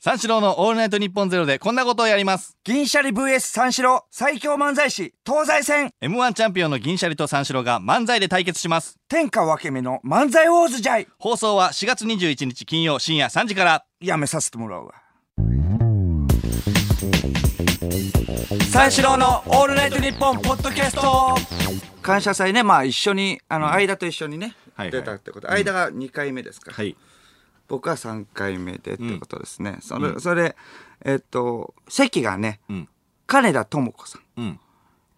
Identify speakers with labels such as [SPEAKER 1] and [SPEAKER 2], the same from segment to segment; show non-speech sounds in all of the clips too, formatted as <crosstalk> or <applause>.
[SPEAKER 1] 三四郎のオールナイトニッポンゼロでこんなことをやります。
[SPEAKER 2] 銀シャリ VS 三四郎最強漫才師東西戦
[SPEAKER 1] M1 チャンピオンの銀シャリと三四郎が漫才で対決します。
[SPEAKER 2] 天下分け目の漫才王子じゃい
[SPEAKER 1] 放送は4月21日金曜深夜3時から。
[SPEAKER 2] やめさせてもらうわ
[SPEAKER 1] 三四郎のオールナイトニッポンポッドキャスト
[SPEAKER 2] 感謝祭ねまあ一緒にあの間と一緒にね、
[SPEAKER 1] はいはい
[SPEAKER 2] 出たってこと間が2回目ですか、
[SPEAKER 1] はい。
[SPEAKER 2] 僕は3回目でってことですね、それそれえっと席がね、
[SPEAKER 1] うん。
[SPEAKER 2] 金田智子さん
[SPEAKER 1] うん。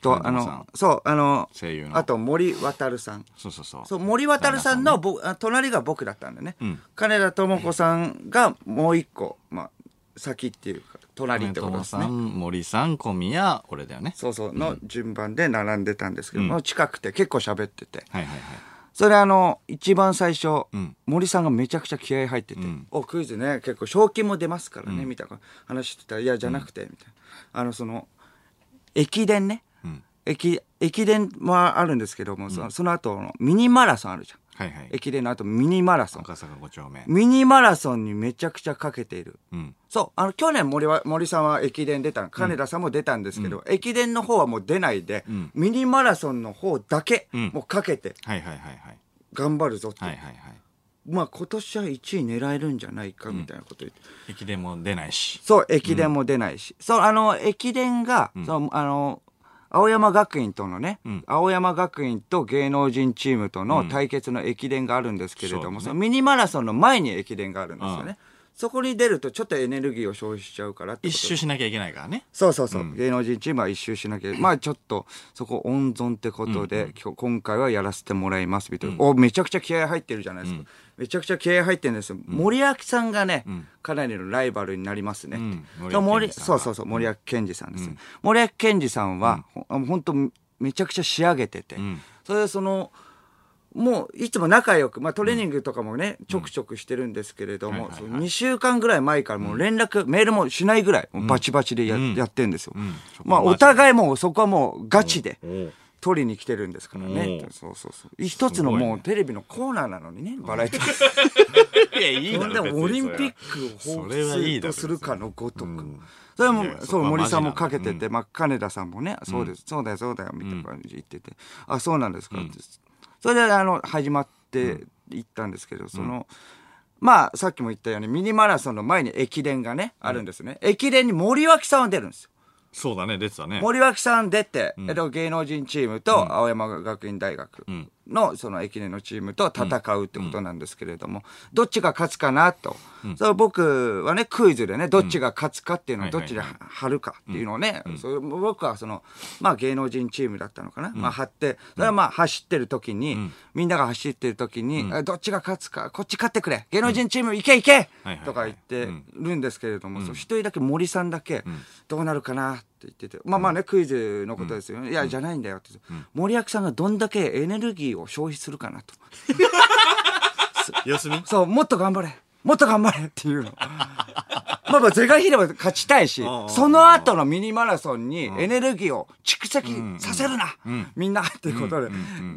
[SPEAKER 1] 金
[SPEAKER 2] と
[SPEAKER 1] 田
[SPEAKER 2] あ
[SPEAKER 1] 智子さん
[SPEAKER 2] のそうあの
[SPEAKER 1] 声優の
[SPEAKER 2] あと森渉さん
[SPEAKER 1] そうそうそう。
[SPEAKER 2] そう森渉さんのぼ、あ隣が僕だったんでね、
[SPEAKER 1] ん
[SPEAKER 2] 金田智子さんがもう一個、まあ、先っていうか隣ってことです
[SPEAKER 1] さ
[SPEAKER 2] ね
[SPEAKER 1] ん、森さん、小宮、俺だよね。
[SPEAKER 2] そうそうの順番で並んでたんですけど、もう近くて結構喋ってて
[SPEAKER 1] はいはいはい。
[SPEAKER 2] それあの一番最初、
[SPEAKER 1] ん
[SPEAKER 2] 森さんがめちゃくちゃ気合い入ってて「
[SPEAKER 1] ん
[SPEAKER 2] おクイズね結構賞金も出ますからね」みたいな話してたら「いやじゃなくて」みたいなあのその駅伝ね、
[SPEAKER 1] ん
[SPEAKER 2] 駅駅伝はあるんですけども、そのその後のミニマラソンあるじゃん
[SPEAKER 1] はいはい。
[SPEAKER 2] 駅伝の後ミニマラソン
[SPEAKER 1] 赤坂5丁目。
[SPEAKER 2] ミニマラソンにめちゃくちゃかけている。
[SPEAKER 1] うん。
[SPEAKER 2] そう、あの、去年森は、森さんは駅伝出た、金田さんも出たんですけど、駅伝の方はもう出ないで、
[SPEAKER 1] ん
[SPEAKER 2] ミニマラソンの方だけ、
[SPEAKER 1] うん
[SPEAKER 2] もうかけて、
[SPEAKER 1] はいはいはいはい。
[SPEAKER 2] 頑張るぞって。
[SPEAKER 1] はいはいはい。
[SPEAKER 2] まあ今年は1位狙えるんじゃないか、みたいなこと言って。
[SPEAKER 1] 駅伝も出ないし。
[SPEAKER 2] そう、駅伝も出ないし。そう、あの、駅伝が、そのあの、青山学院とのね、
[SPEAKER 1] ん
[SPEAKER 2] 青山学院と芸能人チームとの対決の駅伝があるんですけれども、
[SPEAKER 1] うん
[SPEAKER 2] そのミニマラソンの前に駅伝があるんですよ
[SPEAKER 1] う
[SPEAKER 2] ね
[SPEAKER 1] ん。
[SPEAKER 2] そこに出るとちょっとエネルギーを消費しちゃうからってことで
[SPEAKER 1] 一周しなきゃいけないからね。
[SPEAKER 2] そうそうそう、芸能人チームは一周しなきゃまあちょっとそこ温存ってことで、今日今回はやらせてもらいますみたいな、おめちゃくちゃ気合入ってるじゃないですか、めちゃくちゃ気合入ってるんですよ、森脇さんがね、かなりのライバルになりますね、
[SPEAKER 1] ん
[SPEAKER 2] そう
[SPEAKER 1] 森
[SPEAKER 2] 森
[SPEAKER 1] 脇健児さんが
[SPEAKER 2] そうそうそう森脇健児さんです、森脇健児さんは、ほん、本当めちゃくちゃ仕上げてて、
[SPEAKER 1] ん
[SPEAKER 2] それでそのもういつも仲良く、まあ、トレーニングとかもね、ちょくちょくしてるんですけれど
[SPEAKER 1] はい
[SPEAKER 2] も、
[SPEAKER 1] はい
[SPEAKER 2] そ
[SPEAKER 1] はい
[SPEAKER 2] の2週間ぐらい前からもう連絡、メールもしないぐらい、もうバチバチでや,、
[SPEAKER 1] ん
[SPEAKER 2] やってるんですよ。
[SPEAKER 1] ん
[SPEAKER 2] まあ、お互いもうそこはもうガチで
[SPEAKER 1] お
[SPEAKER 2] 取りに来てるんですからね
[SPEAKER 1] お。
[SPEAKER 2] そうそうそう。一つの
[SPEAKER 1] すごい
[SPEAKER 2] も
[SPEAKER 1] ね
[SPEAKER 2] うテレビのコーナーなのにね、バラエティー。
[SPEAKER 1] <laughs> いや、いい
[SPEAKER 2] そ
[SPEAKER 1] だ
[SPEAKER 2] んな
[SPEAKER 1] ろ別に
[SPEAKER 2] オリンピッ
[SPEAKER 1] そ
[SPEAKER 2] クを
[SPEAKER 1] そ
[SPEAKER 2] 彷
[SPEAKER 1] れはいい
[SPEAKER 2] 彿
[SPEAKER 1] だろ
[SPEAKER 2] とするかのごとく。そ
[SPEAKER 1] それは
[SPEAKER 2] れも
[SPEAKER 1] いやいやそ
[SPEAKER 2] そ
[SPEAKER 1] こ
[SPEAKER 2] う
[SPEAKER 1] はマジなの
[SPEAKER 2] 森さんもかけてて、
[SPEAKER 1] う
[SPEAKER 2] まあ、金田さんもね「そうです、そうだよそうだよ」みたいな感じで言ってて「あそうなんですか」って、それであの始まっていったんですけどその、まあさっきも言ったようにミニマラソンの前に駅伝がねあるんですね、駅伝に森脇さんは出るんですよ
[SPEAKER 1] そうだね、出てたね。
[SPEAKER 2] 森脇さん出て、えっと芸能人チームと青山学院大学のその駅伝のチームと戦うってことなんですけれども、どっちが勝つかなと、それ僕はねクイズでねどっちが勝つかっていうのを
[SPEAKER 1] うん
[SPEAKER 2] どっちで
[SPEAKER 1] はいはい
[SPEAKER 2] 張るかっていうのをね、それ僕はその、まあ、芸能人チームだったのかな、まあ、張ってそれはまあ走ってる時に、みんなが走ってる時に、あどっちが勝つかこっち勝ってくれ芸能人チーム行け行け、
[SPEAKER 1] はいはい
[SPEAKER 2] とか言ってるんですけれども、そう一人だけ森さんだけどうなるかなって言ってて、まあまあねクイズのことですよね、いやじゃないんだよって、森脇さんがどんだけエネルギーを消費するかなと
[SPEAKER 1] <laughs> 様子見
[SPEAKER 2] そうもっと頑張れもっと頑張れっていうのまあまあ是が非でも勝ちたいし
[SPEAKER 1] んうん
[SPEAKER 2] その後のミニマラソンにエネルギーを蓄積させるな、みんなっていうことで、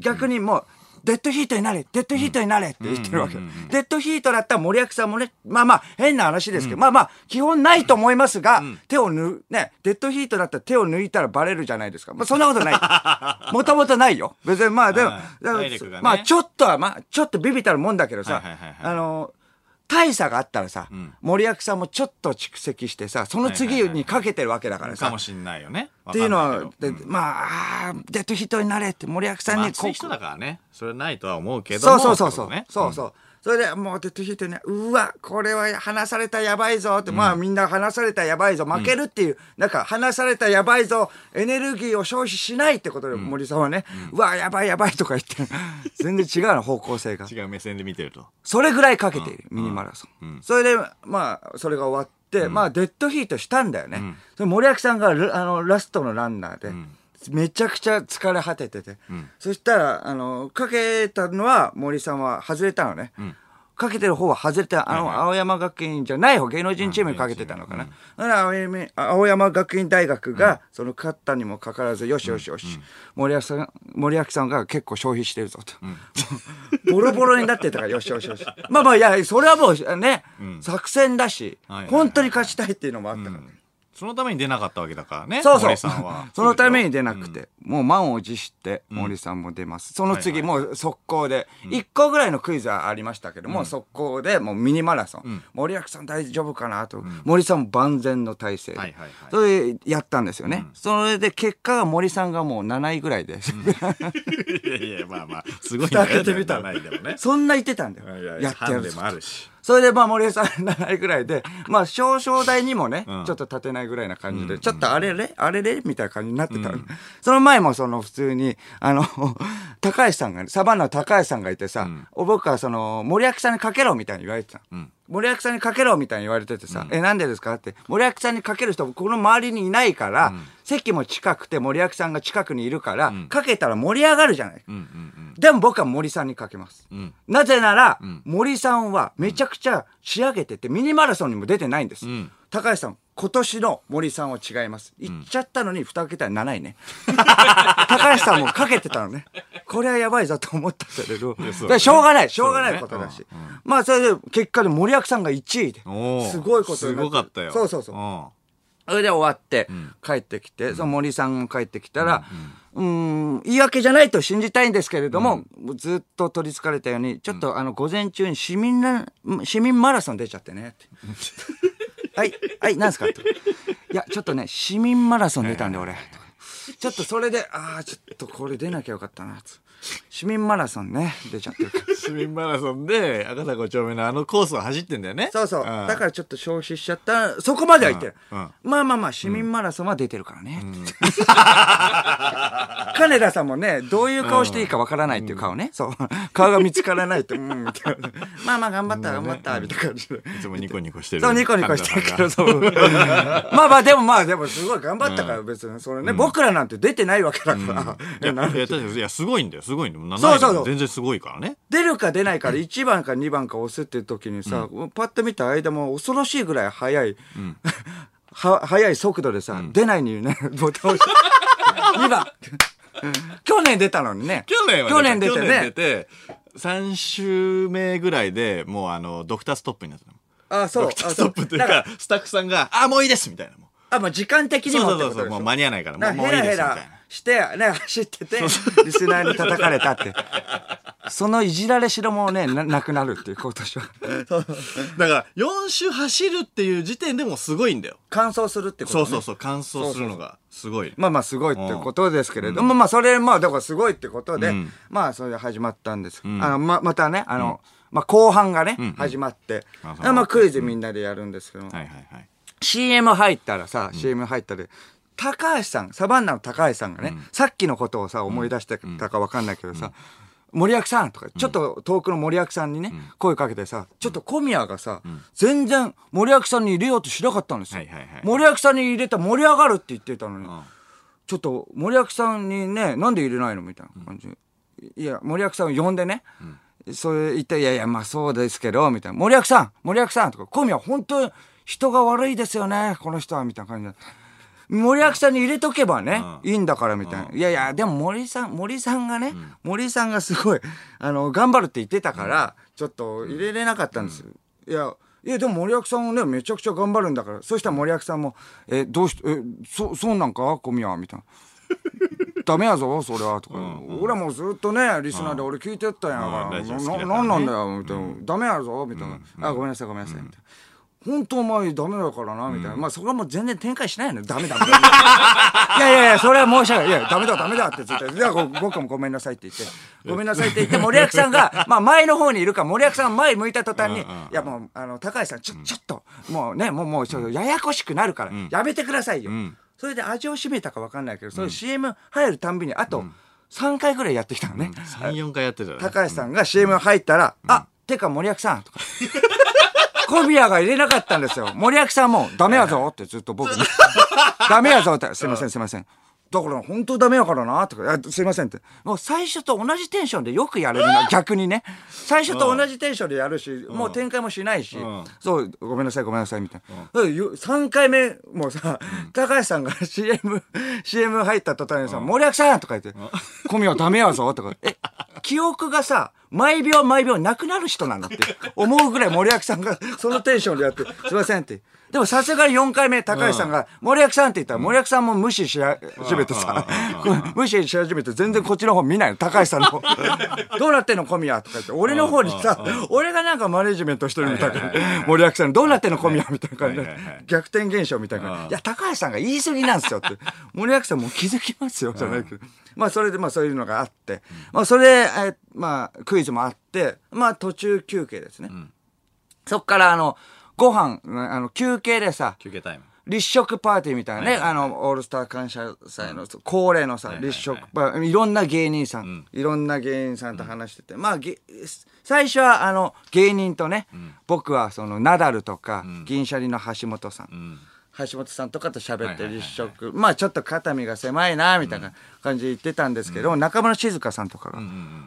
[SPEAKER 2] 逆にもうデッドヒートになれデッドヒートになれって言ってるわけ、 <laughs> デッドヒートだったら森脇さんもねまあまあ変な話ですけど、まあまあ基本ないと思いますが、手をぬねデッドヒートだったら手を抜いたらバレるじゃないですか、まあ、そんなことな
[SPEAKER 1] <laughs>
[SPEAKER 2] いもともとないよ別にまあでも、
[SPEAKER 1] はい
[SPEAKER 2] だから
[SPEAKER 1] 体力がね
[SPEAKER 2] まあちょっとはまあちょっとビビたるもんだけどさ
[SPEAKER 1] はいはいはいはい
[SPEAKER 2] あの大差があったらさ、森脇さんもちょっと蓄積してさその
[SPEAKER 1] はいは
[SPEAKER 2] 次
[SPEAKER 1] いはい
[SPEAKER 2] にかけてるわけだからさ、
[SPEAKER 1] かもしんないよね。
[SPEAKER 2] っていうの
[SPEAKER 1] わかん
[SPEAKER 2] は
[SPEAKER 1] ない、け
[SPEAKER 2] で
[SPEAKER 1] ど
[SPEAKER 2] まああーデッドヒットになれって森脇さん
[SPEAKER 1] まあ
[SPEAKER 2] に
[SPEAKER 1] 熱
[SPEAKER 2] こ
[SPEAKER 1] い人だからね。それはないとは思うけど
[SPEAKER 2] そ
[SPEAKER 1] も。
[SPEAKER 2] うそうそうそう、
[SPEAKER 1] ってことね
[SPEAKER 2] そうそうそれでもうデッドヒットになうわこれは話されたやばいぞって、まあみんな話されたやばいぞ負けるっていう、なんか話されたやばいぞエネルギーを消費しないってことで森さんはね、うわやばいやばいとか言って全然違うの方向性が
[SPEAKER 1] 違う目線で見てると。
[SPEAKER 2] それぐらいかけている、ミニマラソン、それでまあそれが終わって、まあデッドヒートしたんだよね、それ森脇さんがラあのラストのランナーで、めちゃくちゃ疲れ果ててて、そしたらあのかけたのは森さんは外れたのね、かけてる方は外れて、あ
[SPEAKER 1] はい
[SPEAKER 2] の、
[SPEAKER 1] はい
[SPEAKER 2] 青山学院じゃない方、芸能人チームにかけてたのかな。だから青山、青山学院大学が、その勝ったにもかかわらず、よしよしよし、森脇さん、森脇さんが結構消費してるぞと。 <laughs> ボロボロになってたから、よしよしよし。まあまあ、いや、それはもうね、作戦だし
[SPEAKER 1] はいはい、はい
[SPEAKER 2] 本当に勝ちたいっていうのもあったから。
[SPEAKER 1] そのために出なかったわけだからね。
[SPEAKER 2] そうそ
[SPEAKER 1] 森
[SPEAKER 2] う。
[SPEAKER 1] さんは
[SPEAKER 2] <laughs> そのために出なくて、もう満を持して、森さんも出ます。その次、
[SPEAKER 1] は
[SPEAKER 2] もう速攻で、1個ぐらいのクイズはありましたけども、速攻で、もうミニマラソン。森脇さん大丈夫かなと、森さんも万全の体制で。
[SPEAKER 1] はいはいはい
[SPEAKER 2] それでやったんですよね。それで結果が森さんがもう7位ぐらいで、
[SPEAKER 1] いやいや、まあまあ、すごいんだよ
[SPEAKER 2] 開けてみた
[SPEAKER 1] な
[SPEAKER 2] ら。
[SPEAKER 1] いでもね
[SPEAKER 2] <laughs> そんな言ってたんだよ。
[SPEAKER 1] いやい
[SPEAKER 2] や
[SPEAKER 1] や
[SPEAKER 2] ってやる
[SPEAKER 1] ハンデ
[SPEAKER 2] ぞ
[SPEAKER 1] もあるし。
[SPEAKER 2] それでまあ森江さん7位ぐらいで、まあ少々台にもね、
[SPEAKER 1] ん
[SPEAKER 2] ちょっと立てないぐらいな感じで、ちょっとあれれあれれみたいな感じになってたの、その前もその普通に、あの、 <laughs> 高橋さんがね、サバンナの高橋さんがいてさ、僕はその森脇さんにかけろみたいに言われてたの。森脇さんにかけろみたいに言われててさ、え、なんでですかって、森脇さんにかける人、この周りにいないから、席も近くて森脇さんが近くにいるから、かけたら盛り上がるじゃない。
[SPEAKER 1] うんうん
[SPEAKER 2] でも僕は森さんにかけます。
[SPEAKER 1] うん。うん。
[SPEAKER 2] なぜなら、森さんはめちゃくちゃ仕上げてて、ミニマラソンにも出てないんです。
[SPEAKER 1] ん
[SPEAKER 2] 高橋さん、今年の森さんは違います。行っちゃったのに2桁は7位ね。 <laughs> 高橋さんもかけてたのね。これはやばいぞと思ったけれど、
[SPEAKER 1] やそう
[SPEAKER 2] だからしょうがない、しょうがないことだ
[SPEAKER 1] そ
[SPEAKER 2] し
[SPEAKER 1] う。ね
[SPEAKER 2] まあ、それで結果で森脇さんが1位で
[SPEAKER 1] おー、
[SPEAKER 2] すごいことに
[SPEAKER 1] す
[SPEAKER 2] な
[SPEAKER 1] ごかったよ。
[SPEAKER 2] そうそうそ
[SPEAKER 1] ん
[SPEAKER 2] う。それで終わって、帰ってきて、その森さんが帰ってきたら、うーん、言い訳じゃないと信じたいんですけれども、もうずっと取り憑かれたように、ちょっとあの、午前中に市民ラン、市民マラソン出ちゃってね、 <laughs> って。はい、はい、なんすかと。いや、ちょっとね、市民マラソン出たんで、俺。ちょっとそれで、ああ、ちょっとこれ出なきゃよかったな、つ市民マラソンね、出ちゃってるから。
[SPEAKER 1] 市民マラソンで赤坂5丁目のあのコースを走ってんだよね。
[SPEAKER 2] そうそう。
[SPEAKER 1] ん
[SPEAKER 2] だからちょっと消費しちゃった。そこまでは言ってる。
[SPEAKER 1] うんうん
[SPEAKER 2] まあまあまあ、市民マラソンは出てるからね。 <laughs> 金田さんもね、どういう顔していいかわからないっていう顔ね。そう。顔が見つからないって、うん、 <laughs> みたいなまあまあ、頑張った、頑張った、みたいな感じで。
[SPEAKER 1] いつもニコニコしてる。
[SPEAKER 2] そう、ニコニコしてるか
[SPEAKER 1] 神田
[SPEAKER 2] ら、
[SPEAKER 1] さんが
[SPEAKER 2] そう。まあまあ、でもまあ、でもすごい頑張ったから、別に。それね、僕らなんて出てないわけだから。
[SPEAKER 1] いや、いや確かにいやすごいんだよ、すごいんだよ。7位
[SPEAKER 2] そうそうそう
[SPEAKER 1] 全然すごいからね。
[SPEAKER 2] 出るか出ないかで1番か2番か押すっていう時にさ、パッと見た間も恐ろしいぐらい速い、 <laughs> は速い速度でさ、出ないにね、 <laughs> ボタン押して。2番。 <laughs> 去年出たのにね。
[SPEAKER 1] 去年は
[SPEAKER 2] 去年出て
[SPEAKER 1] 去年出
[SPEAKER 2] ね。
[SPEAKER 1] て、3週目ぐらいでもうあの、ドクターストップになってたの。
[SPEAKER 2] あ、そう。
[SPEAKER 1] ド
[SPEAKER 2] あ
[SPEAKER 1] クタース
[SPEAKER 2] そ
[SPEAKER 1] トッ
[SPEAKER 2] う
[SPEAKER 1] プという
[SPEAKER 2] だら
[SPEAKER 1] か、スタッフさんが、あ、もういいですみたいな。も
[SPEAKER 2] あ、もう時間的
[SPEAKER 1] う
[SPEAKER 2] に
[SPEAKER 1] そう
[SPEAKER 2] も
[SPEAKER 1] そう
[SPEAKER 2] って
[SPEAKER 1] そう
[SPEAKER 2] こ
[SPEAKER 1] そ
[SPEAKER 2] と
[SPEAKER 1] う、
[SPEAKER 2] で
[SPEAKER 1] も
[SPEAKER 2] しょ
[SPEAKER 1] う間に合わないから、も
[SPEAKER 2] な
[SPEAKER 1] うもうい
[SPEAKER 2] ヘ
[SPEAKER 1] い
[SPEAKER 2] ラ
[SPEAKER 1] ですみ
[SPEAKER 2] ヘ
[SPEAKER 1] たい
[SPEAKER 2] ラ
[SPEAKER 1] な。
[SPEAKER 2] して、ね、走ってて、リスナーに叩かれたって。そのいじられしろもね、ななくなるっていう、
[SPEAKER 1] <laughs>
[SPEAKER 2] 今年は。
[SPEAKER 1] だから、4周走るっていう時点でもうすごいんだよ。
[SPEAKER 2] 乾燥するってこと、
[SPEAKER 1] そ
[SPEAKER 2] ね。
[SPEAKER 1] うそうそう、完走するのがすごい。
[SPEAKER 2] まあまあすごいってことですけれども、まあそれ、まあだからすごいってことで、
[SPEAKER 1] うん
[SPEAKER 2] まあそれで始まったんです。あの、ま、またね、あの、まあ後半がね、始まって、
[SPEAKER 1] あそう
[SPEAKER 2] あまあクイズみんなでやるんですけど、
[SPEAKER 1] はいはいはい。
[SPEAKER 2] CM 入ったらさ、CM 入ったで、高橋さん、サバンナの高橋さんがね、さっきのことをさ、思い出してたかわかんないけどさ、森脇さんとか、ちょっと遠くの森脇さんにね、声かけてさ、ちょっと小宮がさ、全然森脇さんに入れようとしなかったんですよ。
[SPEAKER 1] はいはいはい
[SPEAKER 2] 森脇さんに入れたら盛り上がるって言ってたのに、
[SPEAKER 1] ん
[SPEAKER 2] ちょっと森脇さんにね、なんで入れないのみたいな感じ。いや、森脇さんを呼んでね、それ言って、いやいや、まあそうですけど、みたいな。森脇さん森脇さんとか、小宮本当に人が悪いですよね、この人は、みたいな感じで。森脇さんに入れとけばね、いいんだからみたいな。いやいや、でも森さん、森さんがね、森さんがすごい、あの、頑張るって言ってたから、ちょっと入れれなかったんですよ。いや、いや、でも森脇さんはね、めちゃくちゃ頑張るんだから。そしたら森脇さんも、え、どうして、え、そ、そうなんか小宮みたいな。 <laughs> ダメやぞ、それは、とか。俺もずっとね、リスナーで俺聞いてったんや
[SPEAKER 1] うん
[SPEAKER 2] から、
[SPEAKER 1] ラジオ好きだからね
[SPEAKER 2] な、なんなんだよ、みたいな。ダメやぞ、みたいな。あ、ごめんなさい、ごめんなさい、みたいな。本当お前ダメだからな、みたいな。まあそこはもう全然展開しないのよ。ダメダメ。いやいやいや、それは申し訳ない。いや、ダメだ、ダメだってずっと。いや、ご僕もごめんなさいって言って。ごめんなさいって言って、 <laughs> 森脇さんが、まあ前の方にいるから、森脇さんが前向いた途端に、いやもう、あの、高橋さん、ちょ、ちょっと、もうね、もう、もう、ちょっとややこしくなるから、やめてくださいよ。それで味を占めたかわかんないけど、その CM 入るたんびに、あと、3回ぐらいやってきたのね。
[SPEAKER 1] 3、4回やってたよね。
[SPEAKER 2] 高橋さんが CM 入ったら、あ、てか森脇さんとか。 <laughs> 小宮が入れなか <laughs> ったんですよ。森脇さんも、ダメやぞってずっと僕に。ダメやぞって、すいませんすいません。だから本当ダメやからな、とか、いやすいませんって。もう最初と同じテンションでよくやれ
[SPEAKER 1] <laughs>
[SPEAKER 2] るな、逆にね。最初と同じテンションでやるし、もう展開もしないし、
[SPEAKER 1] ん
[SPEAKER 2] そう、ごめんなさい、ごめんなさい、みたいな。3回目、もうさ、高橋さんが <laughs> CM、CM 入った途端にさ、森脇さんとか言って、小宮ダメやぞ、とか。え、記憶がさ、毎秒毎秒なくなる人なんだって思うぐらい森脇さんがそのテンションでやって、すいませんって。でもさすがに4回目高橋さんが森脇さんって言ったら森脇さんも無視し始めてさ、 <laughs> 無視し始めて全然こっちの方見ないの、高橋さんの <laughs> 方。どうなってんの小宮とか言って、俺の方にさ、俺がなんかマネジメントしてるみたいな、森脇さんにどうなってんの小宮みたいな感じで
[SPEAKER 1] はいはいはい、
[SPEAKER 2] 逆転現象みたいな。いや、高橋さんが言い過ぎなんですよって。森脇さんもう気づきますよ、じゃないけど。まあ、それで、まあ、そういうのがあって、まあ、それで、えーまあ、クイズもあって、まあ、途中休憩ですね。そっから、あの、ご飯、あの、休憩でさ、
[SPEAKER 1] 休憩タイム
[SPEAKER 2] 立食パーティーみたいなね、あの、オールスター感謝祭の恒例のさ、
[SPEAKER 1] いはい
[SPEAKER 2] 立食パーティー、いろんな芸人さん,、いろんな芸人さんと話してて、まあ、げ最初はあの、芸人とね、僕はその、ナダルとか、銀シャリの橋本さん。橋本さんとかと喋って
[SPEAKER 1] はいはいはい
[SPEAKER 2] 立食、まあちょっと肩身が狭いなみたいな感じで言ってたんですけど、中村静香さんとかが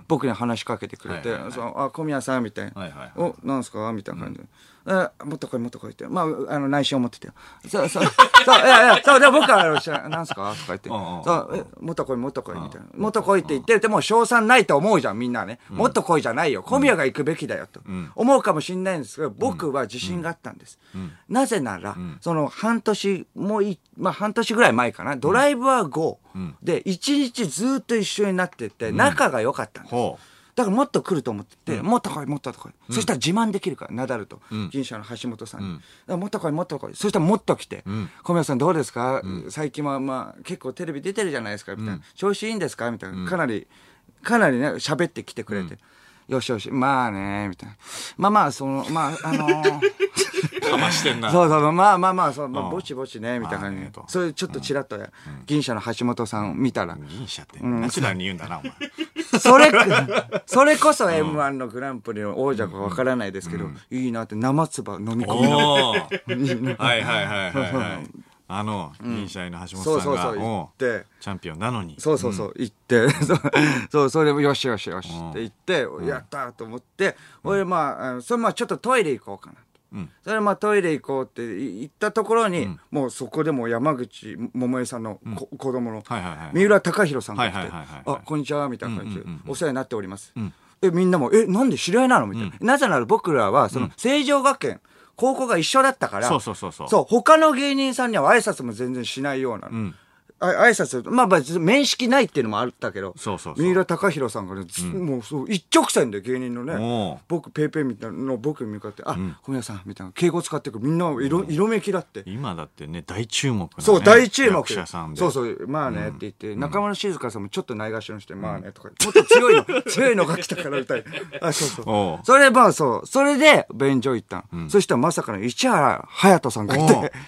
[SPEAKER 2] 僕に話しかけてくれて「
[SPEAKER 1] はいはいはい
[SPEAKER 2] そのあ小宮さん」みたいな「
[SPEAKER 1] はいはいはい
[SPEAKER 2] おなんすか?」みたいな感じで。えもっと来いもっと来いってまああの内心思ってたよそうそう <laughs> そういやいやそうで僕はあの知らないなんすかとか言って
[SPEAKER 1] うんうん
[SPEAKER 2] そうえもっと来いもっと来いみたいなもっと来いって言ってでも賞賛ないと思うじゃんみんなねもっと来いじゃないよ小宮が行くべきだよと思うかもしれないんですけど僕は自信があったんですなぜならその半年もういまあ半年ぐらい前かなドライブは GO で1日ずっと一緒になってて仲が良かったんです
[SPEAKER 1] ほ
[SPEAKER 2] だからもっと来ると思ってて、もっと来いもっと来い、そしたら自慢できるからナダルと、銀シャの橋本さんに、だからもっと来いもっと来いそしたらもっと来て、小宮さんどうですか、最近は、まあ、結構テレビ出てるじゃないですかみたいな、調子いいんですかみたいなかなりかなりね喋ってきてくれて、よしよしまあねみたいなまあまあそのまああのー
[SPEAKER 1] うかましてんな
[SPEAKER 2] そうそう <laughs> まあまあまあそう、ま
[SPEAKER 1] う
[SPEAKER 2] あ、
[SPEAKER 1] ん
[SPEAKER 2] ぼちぼちねみたいな感じ
[SPEAKER 1] まあね
[SPEAKER 2] で
[SPEAKER 1] と
[SPEAKER 2] そういうちょっとちらっとね、銀シャの橋本さんを見たら、
[SPEAKER 1] 銀シャってナチュラルに言うんだなお前
[SPEAKER 2] それ、それこそ M1 のグランプリの王者かわからないですけど、いいなって生唾飲み込みなが
[SPEAKER 1] おお <laughs> はいはいはいはい <laughs> はいあの銀シャイの橋
[SPEAKER 2] そ
[SPEAKER 1] 本
[SPEAKER 2] う
[SPEAKER 1] さ
[SPEAKER 2] そ
[SPEAKER 1] んが
[SPEAKER 2] うそう言
[SPEAKER 1] お
[SPEAKER 2] っ
[SPEAKER 1] う
[SPEAKER 2] て、
[SPEAKER 1] チャンピオンなのに
[SPEAKER 2] そうそうそう行って、 <laughs> そうそう、それもよしよしよし
[SPEAKER 1] うん
[SPEAKER 2] って言って、やったーと思って、俺まああの、それまあちょっとトイレ行こうかなと。
[SPEAKER 1] うん
[SPEAKER 2] それまあトイレ行こうって行ったところに、もうそこでもう山口百恵さんのこ、子供の、
[SPEAKER 1] はいはいはい
[SPEAKER 2] 三浦貴大さんが来て
[SPEAKER 1] はいはいはいはい
[SPEAKER 2] 「
[SPEAKER 1] はい
[SPEAKER 2] あこんにちは」みたいな感じで
[SPEAKER 1] うんうんうん
[SPEAKER 2] 「お世話になっております」えみんなも「えなんで知り合いなの?」みたいな、なぜなら僕らはその成城学園高校が一緒だったから
[SPEAKER 1] そうそうそうそう
[SPEAKER 2] そう他の芸人さんには挨拶も全然しないようなの、
[SPEAKER 1] ん
[SPEAKER 2] あ挨拶まあまあ面識ないっていうのもあったけど
[SPEAKER 1] そうそうそう
[SPEAKER 2] 三浦貴大さんがね、ずもうそう一直線で芸人のね
[SPEAKER 1] おう
[SPEAKER 2] 僕ペイペイみたいなの僕に向かって「あ小宮さん」みたいな敬語使ってくるみんな色色めきだって
[SPEAKER 1] 今だってね大注目のね
[SPEAKER 2] そう、大注目。
[SPEAKER 1] 役者さんで
[SPEAKER 2] そうそう、まあねって言って、中村静香さんもちょっとないがしろにして、まあねとか、もっと強いの、強いのが来たからみ
[SPEAKER 1] <laughs>
[SPEAKER 2] たいな。あ、そう
[SPEAKER 1] お
[SPEAKER 2] そうう。それでまあそう、それで、便所行ったのそしたらまさかの市原隼人さんがい
[SPEAKER 1] おう
[SPEAKER 2] て、 <laughs>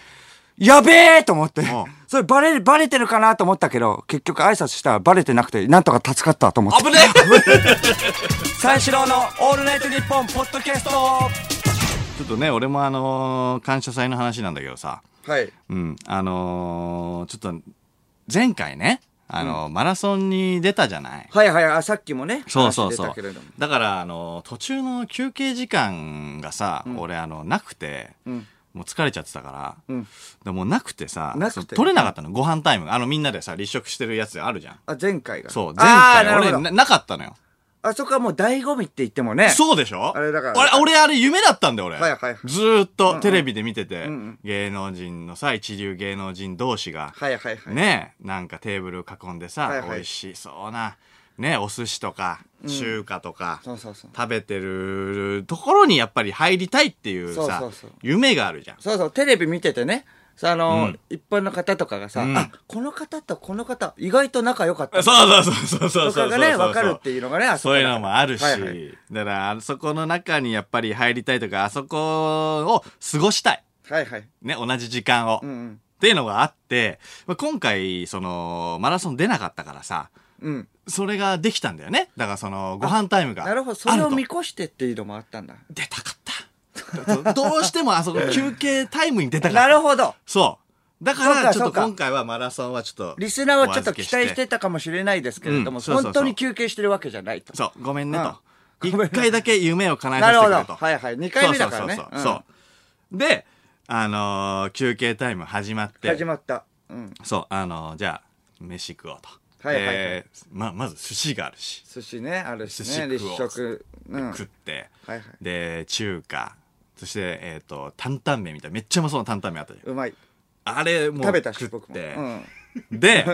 [SPEAKER 2] やべえと思って
[SPEAKER 1] おう、
[SPEAKER 2] それバレ、バレてるかなと思ったけど、結局挨拶したらバレてなくて、なんとか助かったと思って。
[SPEAKER 1] 危ねえ
[SPEAKER 2] <laughs> 三四郎のオールナイトニッポンポッドキャスト
[SPEAKER 1] ちょっとね、俺もあのー感謝祭の話なんだけどさ、
[SPEAKER 2] はい。
[SPEAKER 1] うん、あのーちょっと、前回ね、あのーマラソンに出たじゃない。
[SPEAKER 2] はいはい、あ、さっきもね、
[SPEAKER 1] そうそう
[SPEAKER 2] 話出
[SPEAKER 1] そ
[SPEAKER 2] た
[SPEAKER 1] う
[SPEAKER 2] けれども。
[SPEAKER 1] だから、あのー途中の休憩時間がさ、俺、あの、なくて、
[SPEAKER 2] ん
[SPEAKER 1] もう疲れちゃってたから、
[SPEAKER 2] うん
[SPEAKER 1] でもうなくてさ
[SPEAKER 2] なくて
[SPEAKER 1] そう取れなかったの、ご飯タイム。あの、みんなでさ、立食してるやつあるじゃん。
[SPEAKER 2] あ、前回が。
[SPEAKER 1] そう、前
[SPEAKER 2] あー
[SPEAKER 1] 回
[SPEAKER 2] なるほ
[SPEAKER 1] 俺
[SPEAKER 2] ど
[SPEAKER 1] な、なかったのよ。
[SPEAKER 2] あそこはもう醍醐味って言ってもね。
[SPEAKER 1] そうでしょ
[SPEAKER 2] あれだから
[SPEAKER 1] 俺、俺あれ夢だったんだよ、俺。
[SPEAKER 2] はいはいはい
[SPEAKER 1] ずーっとテレビで見てて、芸能人のさ、一流芸能人同士が、
[SPEAKER 2] はいはいはい。
[SPEAKER 1] ね、なんかテーブル囲んでさ、
[SPEAKER 2] はいはい
[SPEAKER 1] 美味しそうな、ね、お寿司とか、中華とか、
[SPEAKER 2] そうそうそう。
[SPEAKER 1] 食べてるところにやっぱり入りたいっていうさ、
[SPEAKER 2] そうそうそう
[SPEAKER 1] 夢があるじゃん。
[SPEAKER 2] そうそう、テレビ見ててね。さあ
[SPEAKER 1] う
[SPEAKER 2] の、
[SPEAKER 1] ん
[SPEAKER 2] 一般の方とかがさ、
[SPEAKER 1] うん
[SPEAKER 2] あ、この方とこの方、意外と仲良かった。
[SPEAKER 1] そうそうそうそうそうそう
[SPEAKER 2] と
[SPEAKER 1] そ
[SPEAKER 2] か
[SPEAKER 1] う。
[SPEAKER 2] がね、わかるっていうのがね、あ
[SPEAKER 1] そういうのもあるし、
[SPEAKER 2] はいはい
[SPEAKER 1] だから、あそこの中にやっぱり入りたいとか、あそこを過ごしたい。
[SPEAKER 2] はいはい。
[SPEAKER 1] ね、同じ時間を。
[SPEAKER 2] うんうん。
[SPEAKER 1] っていうのがあって、まあ、今回、その、マラソン出なかったからさ、
[SPEAKER 2] うん。
[SPEAKER 1] それができたんだよね。だからその、ご飯タイムが。
[SPEAKER 2] なるほど、それ
[SPEAKER 1] あ
[SPEAKER 2] を
[SPEAKER 1] ると
[SPEAKER 2] 見越してっていうのもあったんだ。
[SPEAKER 1] 出たかった。どうしてもあそこ休憩タイムに出たかった。
[SPEAKER 2] なるほど。
[SPEAKER 1] そう。だ
[SPEAKER 2] そ
[SPEAKER 1] か
[SPEAKER 2] うから
[SPEAKER 1] ちょっ
[SPEAKER 2] そ
[SPEAKER 1] と
[SPEAKER 2] うか
[SPEAKER 1] 今回はマラソンはちょっと
[SPEAKER 2] リスナーはちょっと期待してたかもしれないですけれど
[SPEAKER 1] う
[SPEAKER 2] も、
[SPEAKER 1] んそうそうそう
[SPEAKER 2] 本当に休憩してるわけじゃないと。
[SPEAKER 1] そうごめんねと
[SPEAKER 2] うん
[SPEAKER 1] 一、回だけ夢を叶え
[SPEAKER 2] な
[SPEAKER 1] さ
[SPEAKER 2] る
[SPEAKER 1] せて
[SPEAKER 2] ほ
[SPEAKER 1] く
[SPEAKER 2] ど。
[SPEAKER 1] れと
[SPEAKER 2] はいはい。2回目だからね。
[SPEAKER 1] そうそうそうそうそうであのー休憩タイム始まっ
[SPEAKER 2] うん
[SPEAKER 1] て
[SPEAKER 2] 始まった。うん。
[SPEAKER 1] そうあのーじゃあ飯食おうと
[SPEAKER 2] はいはいはい
[SPEAKER 1] でままず寿司があるし、
[SPEAKER 2] 寿司ね、あるし
[SPEAKER 1] 寿司食お
[SPEAKER 2] ね。
[SPEAKER 1] う
[SPEAKER 2] 立食。うん。
[SPEAKER 1] 食って、
[SPEAKER 2] はいはい
[SPEAKER 1] で中華そしてえっ、と担々麺みたいなめっちゃうまそうな担々麺あったじゃん
[SPEAKER 2] うまい。
[SPEAKER 1] あれもう
[SPEAKER 2] 食べたし、
[SPEAKER 1] 食っ
[SPEAKER 2] 僕も。う
[SPEAKER 1] て、
[SPEAKER 2] ん。
[SPEAKER 1] で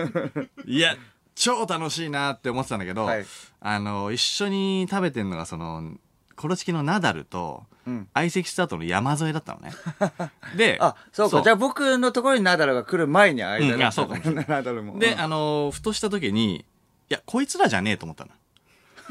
[SPEAKER 1] いや超楽しいなって思ってたんだけど、
[SPEAKER 2] はい
[SPEAKER 1] あの一緒に食べてんのがそのコロチキのナダルと
[SPEAKER 2] うん
[SPEAKER 1] 相席スタートの山添だったの
[SPEAKER 2] <laughs>
[SPEAKER 1] ねで
[SPEAKER 2] あ、そうか。じゃあ僕のところにナダルが来る前に間
[SPEAKER 1] うんい
[SPEAKER 2] だ
[SPEAKER 1] や
[SPEAKER 2] っ
[SPEAKER 1] そ
[SPEAKER 2] た
[SPEAKER 1] うかもし
[SPEAKER 2] からね <laughs> ナダルも。
[SPEAKER 1] で、
[SPEAKER 2] うん
[SPEAKER 1] あのふとした時にいやこいつらじゃねえと思ったの <laughs>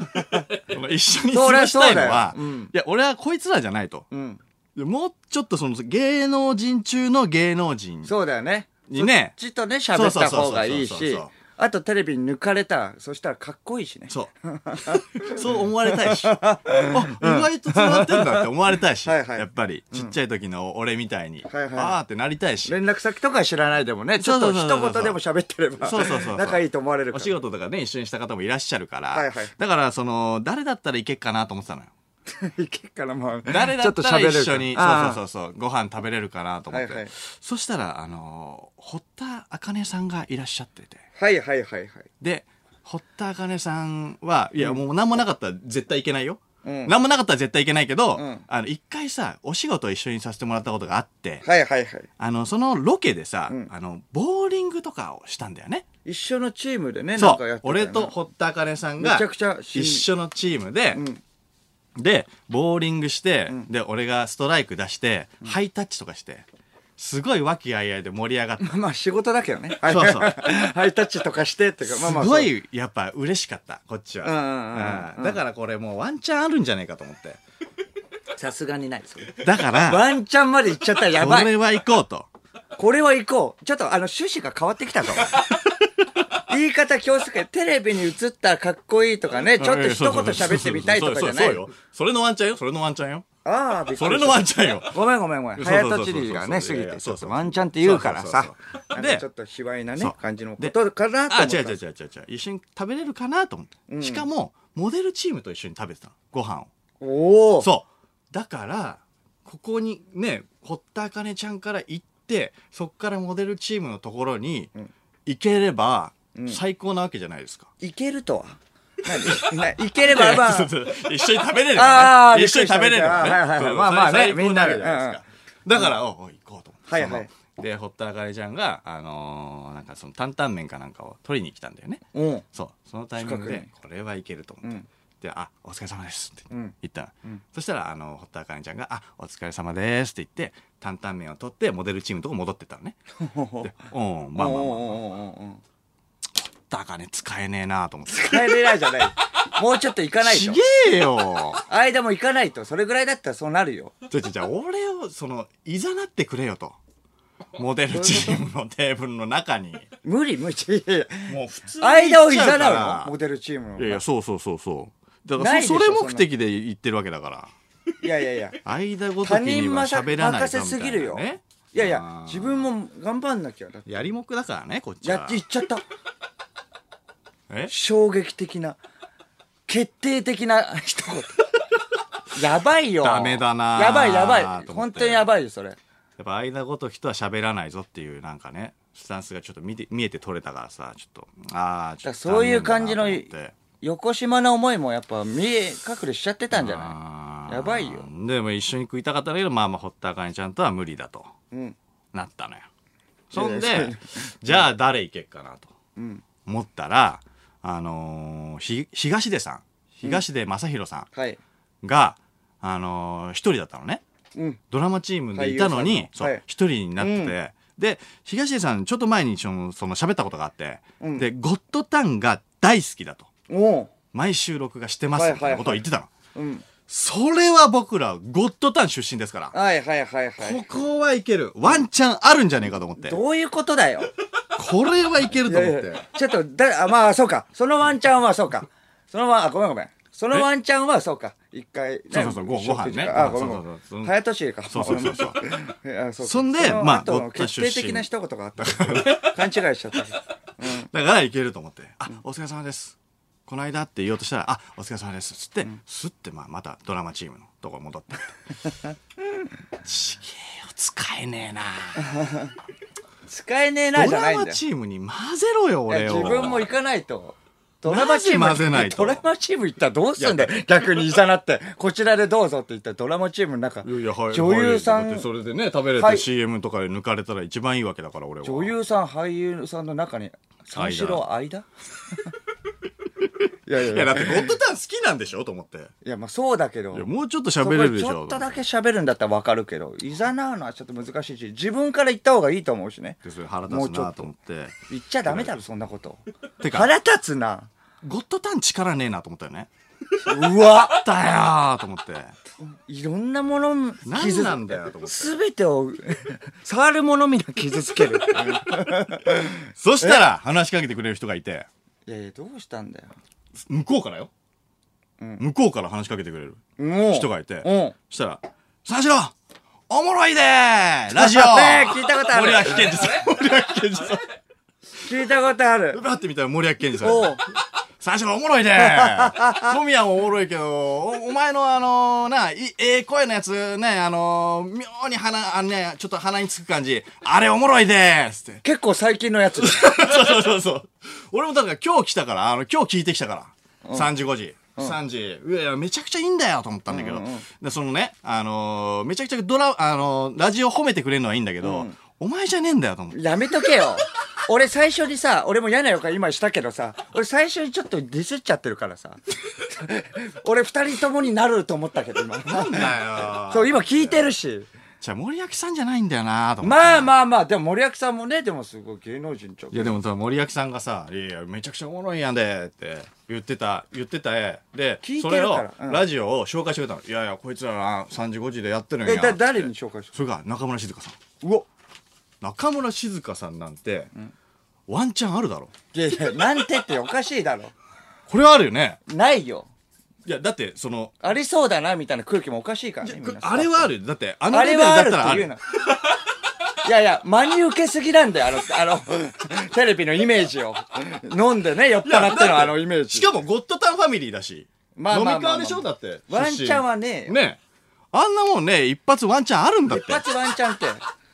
[SPEAKER 1] 一緒に過ごしたいのは、
[SPEAKER 2] そりゃそうだようん
[SPEAKER 1] いや俺はこいつらじゃないと
[SPEAKER 2] うん。
[SPEAKER 1] でもうちょっとその芸能人中の芸能人
[SPEAKER 2] そうだよね。
[SPEAKER 1] にね
[SPEAKER 2] そっちとね、喋った方がいい
[SPEAKER 1] そうそうそうそう
[SPEAKER 2] し
[SPEAKER 1] そうそう、
[SPEAKER 2] あとテレビに抜かれた、そしたらかっこいいしね。
[SPEAKER 1] そうそう <laughs> 思われたい
[SPEAKER 2] <laughs>
[SPEAKER 1] しあ意外とつながってんだって思われたいし
[SPEAKER 2] はいはい
[SPEAKER 1] やっぱりちっちゃい時の俺みたいに、
[SPEAKER 2] はいはい
[SPEAKER 1] あーってなりたいし
[SPEAKER 2] 連絡先とかは知らないでもね、ちょっ
[SPEAKER 1] そ
[SPEAKER 2] と
[SPEAKER 1] うそうそうそう
[SPEAKER 2] 一言でも喋ってれば
[SPEAKER 1] そうそうそうそう、
[SPEAKER 2] 仲いいと思われるか
[SPEAKER 1] お
[SPEAKER 2] ら。
[SPEAKER 1] 仕事とかね一緒にした方もいらっしゃるから、
[SPEAKER 2] はいはい
[SPEAKER 1] だからその誰だったらいけっかなと思ってたのよ
[SPEAKER 2] いけっからもう。
[SPEAKER 1] 誰だったら
[SPEAKER 2] ちょっと喋れるか
[SPEAKER 1] 一緒にそう
[SPEAKER 2] あ
[SPEAKER 1] そ
[SPEAKER 2] あ
[SPEAKER 1] うそうそうご飯食べれるかなと思って、
[SPEAKER 2] はいはい
[SPEAKER 1] そしたらあのー堀田茜さんがいらっしゃってて
[SPEAKER 2] はいはいはいはい。
[SPEAKER 1] で堀田茜さんはいやもう何もなかったら絶対いけないよ、
[SPEAKER 2] うん
[SPEAKER 1] 何もなかったら絶対いけないけど、
[SPEAKER 2] うん
[SPEAKER 1] あの一回さお仕事一緒にさせてもらったことがあって、
[SPEAKER 2] はいはいはい。
[SPEAKER 1] あのそのロケでさ、
[SPEAKER 2] ん
[SPEAKER 1] あのボーリングとかをしたんだよね
[SPEAKER 2] 一緒のチームでね、な
[SPEAKER 1] そ
[SPEAKER 2] んかや
[SPEAKER 1] う
[SPEAKER 2] ってたよね
[SPEAKER 1] 俺と堀田茜さんが
[SPEAKER 2] めちゃくちゃ
[SPEAKER 1] 一緒のチームで、
[SPEAKER 2] ん
[SPEAKER 1] でボーリングして、で俺がストライク出して、ハイタッチとかしてすごい和気あいあいで盛り上がった
[SPEAKER 2] まあ仕事だけ
[SPEAKER 1] <laughs>
[SPEAKER 2] どね。はい
[SPEAKER 1] そうそう
[SPEAKER 2] ハイタッチとかしてっていうか、まあまあ。
[SPEAKER 1] すご。いやっぱ嬉しかったこっち
[SPEAKER 2] うんうんうん
[SPEAKER 1] はうんだからこれもうワンチャンあるんじゃないかと思
[SPEAKER 2] <laughs>
[SPEAKER 1] って
[SPEAKER 2] さすがにない。それ
[SPEAKER 1] だから
[SPEAKER 2] ワンチャンまで行っちゃったらや
[SPEAKER 1] こ
[SPEAKER 2] ばい。
[SPEAKER 1] れは行こうと
[SPEAKER 2] これは行こう。ちょっとあの趣旨が変わって
[SPEAKER 1] <laughs>
[SPEAKER 2] きたぞ。言い方気をつけて、テレビに映ったらかっこいいとかね、ちょっと一言喋ってみたいとかじゃな
[SPEAKER 1] そう
[SPEAKER 2] い
[SPEAKER 1] そうそうそうそうよそれのワンチャンよそれのワンチャンよ
[SPEAKER 2] <laughs> ああ、びっくりした
[SPEAKER 1] それのワンチャンよ
[SPEAKER 2] ごめんごめんごめ
[SPEAKER 1] そ
[SPEAKER 2] ん。
[SPEAKER 1] うそうそうそう
[SPEAKER 2] 早とちりがね、過ぎ
[SPEAKER 1] いやい
[SPEAKER 2] て、
[SPEAKER 1] や
[SPEAKER 2] ち
[SPEAKER 1] そ
[SPEAKER 2] ょ
[SPEAKER 1] う
[SPEAKER 2] っ
[SPEAKER 1] そ
[SPEAKER 2] と
[SPEAKER 1] う
[SPEAKER 2] ワンチャンって言うから
[SPEAKER 1] そ
[SPEAKER 2] さ
[SPEAKER 1] うそう。そう
[SPEAKER 2] なん
[SPEAKER 1] で
[SPEAKER 2] かちょっと卑猥な
[SPEAKER 1] そう
[SPEAKER 2] ね、感じのこ
[SPEAKER 1] で
[SPEAKER 2] とかなと思
[SPEAKER 1] あ
[SPEAKER 2] った。
[SPEAKER 1] 違う違う違う違う違う一緒に食べれるかなと思って、しかもモデルチームと一緒に食べてたのご飯
[SPEAKER 2] お
[SPEAKER 1] を
[SPEAKER 2] お。
[SPEAKER 1] そうだからここにね堀田茜ちゃんから行ってそっからモデルチームのところに行ければ最高なわけじゃないですか、
[SPEAKER 2] いけるとは。何 <laughs> いければ、ま
[SPEAKER 1] <laughs>
[SPEAKER 2] あ
[SPEAKER 1] そう、そう一緒に食べれる
[SPEAKER 2] あ
[SPEAKER 1] ば
[SPEAKER 2] ー
[SPEAKER 1] ね一緒に食べれるばね
[SPEAKER 2] びっくりしたはいはいはい
[SPEAKER 1] そう
[SPEAKER 2] まあまあね
[SPEAKER 1] それ最高
[SPEAKER 2] みんなで
[SPEAKER 1] わけじゃいすかだから、おお行こうと思って
[SPEAKER 2] はいはい
[SPEAKER 1] そので堀田茜ちゃんがあのーなんかその担々麺かなんかを取りに来たんだよね
[SPEAKER 2] うん。
[SPEAKER 1] そうそのタイミング
[SPEAKER 2] 近
[SPEAKER 1] でこれはいけると思って、
[SPEAKER 2] うん
[SPEAKER 1] で「あお疲れ様です」って
[SPEAKER 2] うん
[SPEAKER 1] 言ったの、そしたらあの堀田茜ちゃんが「あお疲れ様です」って言って担々麺を取ってモデルチームのとこ戻ってったのねで「おうんまあまあまあ堀田茜使えねえな」と思って
[SPEAKER 2] 帰れないじゃない。もうちょっと行
[SPEAKER 1] 「
[SPEAKER 2] かない
[SPEAKER 1] ち
[SPEAKER 2] と
[SPEAKER 1] げ。えよ!
[SPEAKER 2] 間も行かないと。それぐらいだったらそうなるよ。」
[SPEAKER 1] じゃじゃじゃ俺をそのいざなってくれよとモデルチームのテーブルの中に
[SPEAKER 2] 無理無理。いやいや
[SPEAKER 1] もう普通に行っちゃ
[SPEAKER 2] 間をいざ
[SPEAKER 1] うから
[SPEAKER 2] なうのモデルチーム
[SPEAKER 1] いやいや
[SPEAKER 2] の。
[SPEAKER 1] そうそうそうそうだ
[SPEAKER 2] な
[SPEAKER 1] か
[SPEAKER 2] い
[SPEAKER 1] ら
[SPEAKER 2] で
[SPEAKER 1] そ
[SPEAKER 2] しょ
[SPEAKER 1] それ目的で言ってるわけだから。
[SPEAKER 2] いやいやいや。
[SPEAKER 1] 間ごと
[SPEAKER 2] 他
[SPEAKER 1] きに
[SPEAKER 2] 人
[SPEAKER 1] は
[SPEAKER 2] 任せ
[SPEAKER 1] 喋らないぞ
[SPEAKER 2] 任せ
[SPEAKER 1] みた
[SPEAKER 2] す
[SPEAKER 1] いな、ね、
[SPEAKER 2] ぎるよ。いやいや
[SPEAKER 1] あ、ー
[SPEAKER 2] 自分も頑張んなきゃ。だって
[SPEAKER 1] やりもくだからねこっちは
[SPEAKER 2] やっていっちゃった。
[SPEAKER 1] え
[SPEAKER 2] 衝撃的な、決定的な一
[SPEAKER 1] <laughs>
[SPEAKER 2] 言。やばいよ。
[SPEAKER 1] ダメだな
[SPEAKER 2] やばいやばい。
[SPEAKER 1] と思
[SPEAKER 2] 本
[SPEAKER 1] って
[SPEAKER 2] 当にやばいよ、それ。
[SPEAKER 1] やっぱ間ごときとは喋らないぞっていうなんかねスタンスがちょっと見て見えて取れたからさちょっとああちょっと
[SPEAKER 2] そういう感じの
[SPEAKER 1] 残念だなと思って
[SPEAKER 2] 横島な思いもやっぱ見え隠れしちゃってたんじゃな
[SPEAKER 1] あー
[SPEAKER 2] やばいよ
[SPEAKER 1] でも一緒に食いたかったんだけどまあまあ堀田茜ちゃんとは無理だと
[SPEAKER 2] いうん。
[SPEAKER 1] なったのよそん
[SPEAKER 2] いやいや
[SPEAKER 1] でじゃあ誰行けっかなと
[SPEAKER 2] うん。
[SPEAKER 1] 思ったらあのーひ東出さん東出正宏さ
[SPEAKER 2] はい。
[SPEAKER 1] んが、あのー一人だったのね
[SPEAKER 2] うん。
[SPEAKER 1] ドラマチームでいたの
[SPEAKER 2] 俳優さんの
[SPEAKER 1] にそう
[SPEAKER 2] はい
[SPEAKER 1] 一、人になってて、で東出さんちょっと前にそのその喋ったことがあって、
[SPEAKER 2] うん
[SPEAKER 1] で「ゴッドタン」が大好きだと
[SPEAKER 2] おう。
[SPEAKER 1] 毎週録画してますみたいなことを言ってたの、
[SPEAKER 2] うん。
[SPEAKER 1] それは僕らゴッドタン出身ですから、
[SPEAKER 2] はいはいはいは
[SPEAKER 1] こ。
[SPEAKER 2] い
[SPEAKER 1] こはいけるワンチャンあるんじゃねえかと思って
[SPEAKER 2] どういうことだよ。
[SPEAKER 1] これはいけると思って
[SPEAKER 2] いやいやちょっとだ、あまあ、そうか。そのワンちゃんはそうか。そのワン、あ、ごめんごめん。そのワンちゃんはそうか。一回ね、
[SPEAKER 1] そうそうそうごご飯ね
[SPEAKER 2] あ、ごめんご
[SPEAKER 1] そうそうそうう
[SPEAKER 2] め。
[SPEAKER 1] んん
[SPEAKER 2] 早年か。
[SPEAKER 1] そうそうそうそう
[SPEAKER 2] <laughs> あそうか
[SPEAKER 1] そんで
[SPEAKER 2] の
[SPEAKER 1] まあ
[SPEAKER 2] 後の
[SPEAKER 1] ごっつぁ
[SPEAKER 2] 決
[SPEAKER 1] 出身
[SPEAKER 2] 定的な一言があったんですけど勘違いしちゃった。
[SPEAKER 1] だからいけると思って「あお疲れ様です」この間って言おうとしたら「あお疲れ様です」つって、すってまあまたドラマチームのところ戻ってって「ちげえよ使えねえな
[SPEAKER 2] 使えねえなじ
[SPEAKER 1] ド
[SPEAKER 2] ゃな
[SPEAKER 1] ラ
[SPEAKER 2] いん
[SPEAKER 1] マ
[SPEAKER 2] だよ。
[SPEAKER 1] チームに混ぜろよ
[SPEAKER 2] い
[SPEAKER 1] 俺
[SPEAKER 2] や
[SPEAKER 1] を
[SPEAKER 2] 自分も行かないと。ドラマチーム
[SPEAKER 1] なぜ混ぜないと
[SPEAKER 2] ドラマチーム行ったらどうすんだよ。逆にいざなって、こちらでどうぞって言ったらドラマチームの中、
[SPEAKER 1] いやいやはい
[SPEAKER 2] 女優さ
[SPEAKER 1] はいだっ
[SPEAKER 2] ん
[SPEAKER 1] て、それでね食べれ
[SPEAKER 2] はい
[SPEAKER 1] て CM とかで抜かれたら一番いいわけだから俺は
[SPEAKER 2] 女優さん、俳優さんの中に、三四
[SPEAKER 1] <laughs>
[SPEAKER 2] 郎間いやいや
[SPEAKER 1] い
[SPEAKER 2] い
[SPEAKER 1] やだ
[SPEAKER 2] や
[SPEAKER 1] っ。てゴッドタン好きなんでしょと思って
[SPEAKER 2] いや、まあそうだけど
[SPEAKER 1] いや。もうちょっと
[SPEAKER 2] そこ
[SPEAKER 1] 喋れるでし
[SPEAKER 2] ちょ
[SPEAKER 1] ょ
[SPEAKER 2] っとだけ喋るんだったらわかるけど、いざなうのはちょっと難しいし、自分から言った方がいいと思うしね。
[SPEAKER 1] でそれ腹立つなと思って
[SPEAKER 2] 言っちゃダメだろ、そんなこと。
[SPEAKER 1] てか
[SPEAKER 2] 腹立つな。
[SPEAKER 1] ゴッドタン力ねえなと思ったよね
[SPEAKER 2] うわ
[SPEAKER 1] あったよーと思って
[SPEAKER 2] いろんなものを
[SPEAKER 1] 何なんだよと思って
[SPEAKER 2] すべてを <laughs> 触るものみな傷つける
[SPEAKER 1] <laughs> <laughs> そしたら話しかけてくれる人がいて
[SPEAKER 2] いやいやどうしたんだよ
[SPEAKER 1] 向こうからよ、
[SPEAKER 2] うん
[SPEAKER 1] 向こうから話しかけてくれる
[SPEAKER 2] もう
[SPEAKER 1] 人がいて
[SPEAKER 2] うん
[SPEAKER 1] そしたら「三四郎おもろ <laughs> いでーラジオ
[SPEAKER 2] ねえ聞いたことある
[SPEAKER 1] 森脇健児さん <laughs> 森脇健児さん
[SPEAKER 2] 聞いたこと
[SPEAKER 1] <laughs>
[SPEAKER 2] ある
[SPEAKER 1] バッて見たら森脇健児さん
[SPEAKER 2] おう
[SPEAKER 1] 三四郎おもろいでー小宮もおもろいけどおお前のあのー、ないええ声のやつねあのー、妙に鼻あのねちょっと鼻につく感じあれおもろいでーすって
[SPEAKER 2] 結構最近のやつ
[SPEAKER 1] そうそうそうそう俺もだから今日来たからあの今日聞いてきたから、3時5時3時いやいやめちゃくちゃいいんだよと思ったんだけど、
[SPEAKER 2] うんうんうん
[SPEAKER 1] でそのねあのー、めちゃくちゃドラ、あのー、ラジオ褒めてくれるのはいいんだけど、お前じゃねえんだよと思って
[SPEAKER 2] やめとけよ俺最初にさ俺も嫌な予感今したけどさ俺最初にちょっとディスっちゃってるからさ俺二人ともになると思ったけど今
[SPEAKER 1] なんだよ
[SPEAKER 2] そう今聞いてるし
[SPEAKER 1] じゃあ森脇さんじゃないんだよなーと思って
[SPEAKER 2] まあまあまあでも森脇さんもねでもすごい芸能人ちょ
[SPEAKER 1] いやでもさ森脇さんがさ「いやいやめちゃくちゃおもろいやんで」って言ってた言ってた絵で
[SPEAKER 2] 聞い
[SPEAKER 1] そ
[SPEAKER 2] てる
[SPEAKER 1] れ
[SPEAKER 2] か
[SPEAKER 1] を
[SPEAKER 2] らうん
[SPEAKER 1] ラジオを紹介してくれたの「いやいやこいつらな3時5時でやってるんや
[SPEAKER 2] え」だ誰
[SPEAKER 1] つって
[SPEAKER 2] に紹介し
[SPEAKER 1] それが中村静香さん
[SPEAKER 2] うわ
[SPEAKER 1] 中村静香さんなんて、ワンチャンあるだろ
[SPEAKER 2] いやいやなんてっておかしいだろ
[SPEAKER 1] これはあるよね
[SPEAKER 2] ないよ
[SPEAKER 1] いやだってその
[SPEAKER 2] ありそうだなみたいな空気もおかしいからねみんな
[SPEAKER 1] あれはあるよだってあの
[SPEAKER 2] あ
[SPEAKER 1] レベ
[SPEAKER 2] れ
[SPEAKER 1] ルだ
[SPEAKER 2] はあ
[SPEAKER 1] ったらあ
[SPEAKER 2] るって
[SPEAKER 1] る
[SPEAKER 2] いうないやいや真に受けすぎなんだよあのあのテレビのイメージを飲んでね酔っ払ってのあのイメージ
[SPEAKER 1] しかもゴッドタンファミリーだし、
[SPEAKER 2] まあまあまあまあ
[SPEAKER 1] 飲み会でしょだって
[SPEAKER 2] ワンチャンはねえ
[SPEAKER 1] 出身
[SPEAKER 2] よ
[SPEAKER 1] ねあんなもんね一発ワンチャンあるんだっ
[SPEAKER 2] 一
[SPEAKER 1] て
[SPEAKER 2] 発ワンチャンって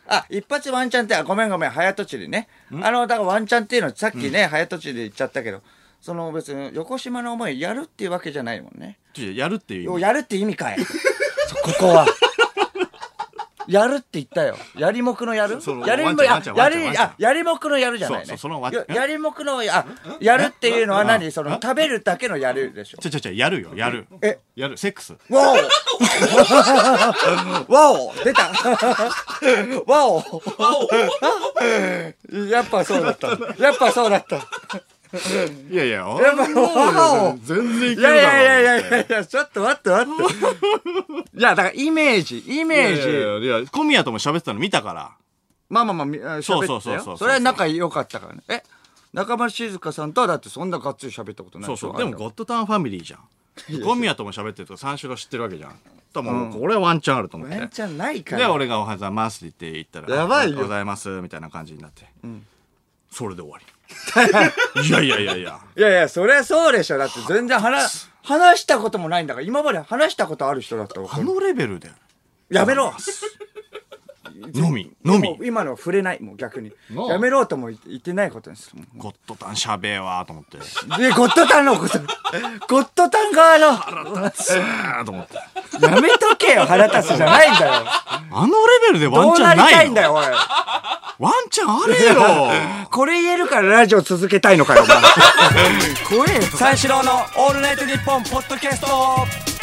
[SPEAKER 2] あ一発ワンチャンってあごめんごめん早とちりねあのだからワンチャンっていうのさっきね、早とちりで言っちゃったけどその別に横島の思いやるっていうわけじゃないもんね
[SPEAKER 1] やるっていう意味
[SPEAKER 2] やるって意味かい <laughs> そここはやるって言ったよやりもくのやる
[SPEAKER 1] その
[SPEAKER 2] やり
[SPEAKER 1] ワン
[SPEAKER 2] も
[SPEAKER 1] ちゃんワ
[SPEAKER 2] や
[SPEAKER 1] ンちゃん
[SPEAKER 2] や
[SPEAKER 1] ワン
[SPEAKER 2] り
[SPEAKER 1] ちゃん
[SPEAKER 2] あやりもくのやるじゃない
[SPEAKER 1] そうそう
[SPEAKER 2] ね
[SPEAKER 1] そのわ
[SPEAKER 2] や
[SPEAKER 1] え
[SPEAKER 2] やりもくのやあやるっていうのは何
[SPEAKER 1] え
[SPEAKER 2] その食べるだけのやるでしょ
[SPEAKER 1] ちょちょちょ、やるよ、やる。
[SPEAKER 2] え
[SPEAKER 1] やる、セックス。
[SPEAKER 2] わ
[SPEAKER 1] <laughs>
[SPEAKER 2] おわお出たわおやっぱそうだったやっぱそうだった
[SPEAKER 1] いやいや、
[SPEAKER 2] やっぱわお
[SPEAKER 1] 全然いけ
[SPEAKER 2] い
[SPEAKER 1] るだ
[SPEAKER 2] や
[SPEAKER 1] ろ。
[SPEAKER 2] いやいやいやいやいや、ちょっと
[SPEAKER 1] <laughs>
[SPEAKER 2] 待って待って。いや、だからイメージ、イメージ。
[SPEAKER 1] いやいやいやいや小宮とも喋ってたの見たから。
[SPEAKER 2] まあまあまあみ、あ
[SPEAKER 1] そ
[SPEAKER 2] 喋
[SPEAKER 1] う
[SPEAKER 2] っ
[SPEAKER 1] そう
[SPEAKER 2] てた
[SPEAKER 1] そうそうそ
[SPEAKER 2] よ。
[SPEAKER 1] う
[SPEAKER 2] それは仲良かったからね。え中村静香さんとはだってそんながっつり喋ったことない
[SPEAKER 1] そう
[SPEAKER 2] でしょ
[SPEAKER 1] そう。でも、
[SPEAKER 2] あれ
[SPEAKER 1] ゴッドタウンファミリーじゃん。小宮とも喋ってるとか三四郎知ってるわけじゃん。とも、これはワンチャンあると思っ
[SPEAKER 2] はワン
[SPEAKER 1] て。
[SPEAKER 2] チャンないから。
[SPEAKER 1] で、俺がおはようございますって言ったら、
[SPEAKER 2] やば
[SPEAKER 1] おはよ
[SPEAKER 2] いよ
[SPEAKER 1] うございます、みたいな感じになって。それで終わり。いやいやいやいや。
[SPEAKER 2] いやいや、そりゃそうでしょ。だって全然話、話したこともないんだから、今まで話したことある人だったら
[SPEAKER 1] あのレベルで。
[SPEAKER 2] やめろ
[SPEAKER 1] のみ、のみ
[SPEAKER 2] も。う今のは触れない、もう逆に。
[SPEAKER 1] なあ
[SPEAKER 2] やめろとも言って言ってないことにする。
[SPEAKER 1] ゴッドタンしゃべえわーと思 <laughs> って。
[SPEAKER 2] で、ゴッドタンのこと、 <laughs> ゴッドタン側の、
[SPEAKER 1] あーと思って。
[SPEAKER 2] やめとけよ、腹立つじゃないんだよ。
[SPEAKER 1] あのレベルでワ
[SPEAKER 2] ど
[SPEAKER 1] ン
[SPEAKER 2] う
[SPEAKER 1] チ
[SPEAKER 2] な
[SPEAKER 1] ャン
[SPEAKER 2] り
[SPEAKER 1] ない
[SPEAKER 2] たいんだ
[SPEAKER 1] よ。
[SPEAKER 2] よ、おい。
[SPEAKER 1] ワンチャンあれよ。
[SPEAKER 2] これ言えるからラジオ続けたいのかよ、お前。怖えよ。三四郎のオールナイトニッポンポッドキャスト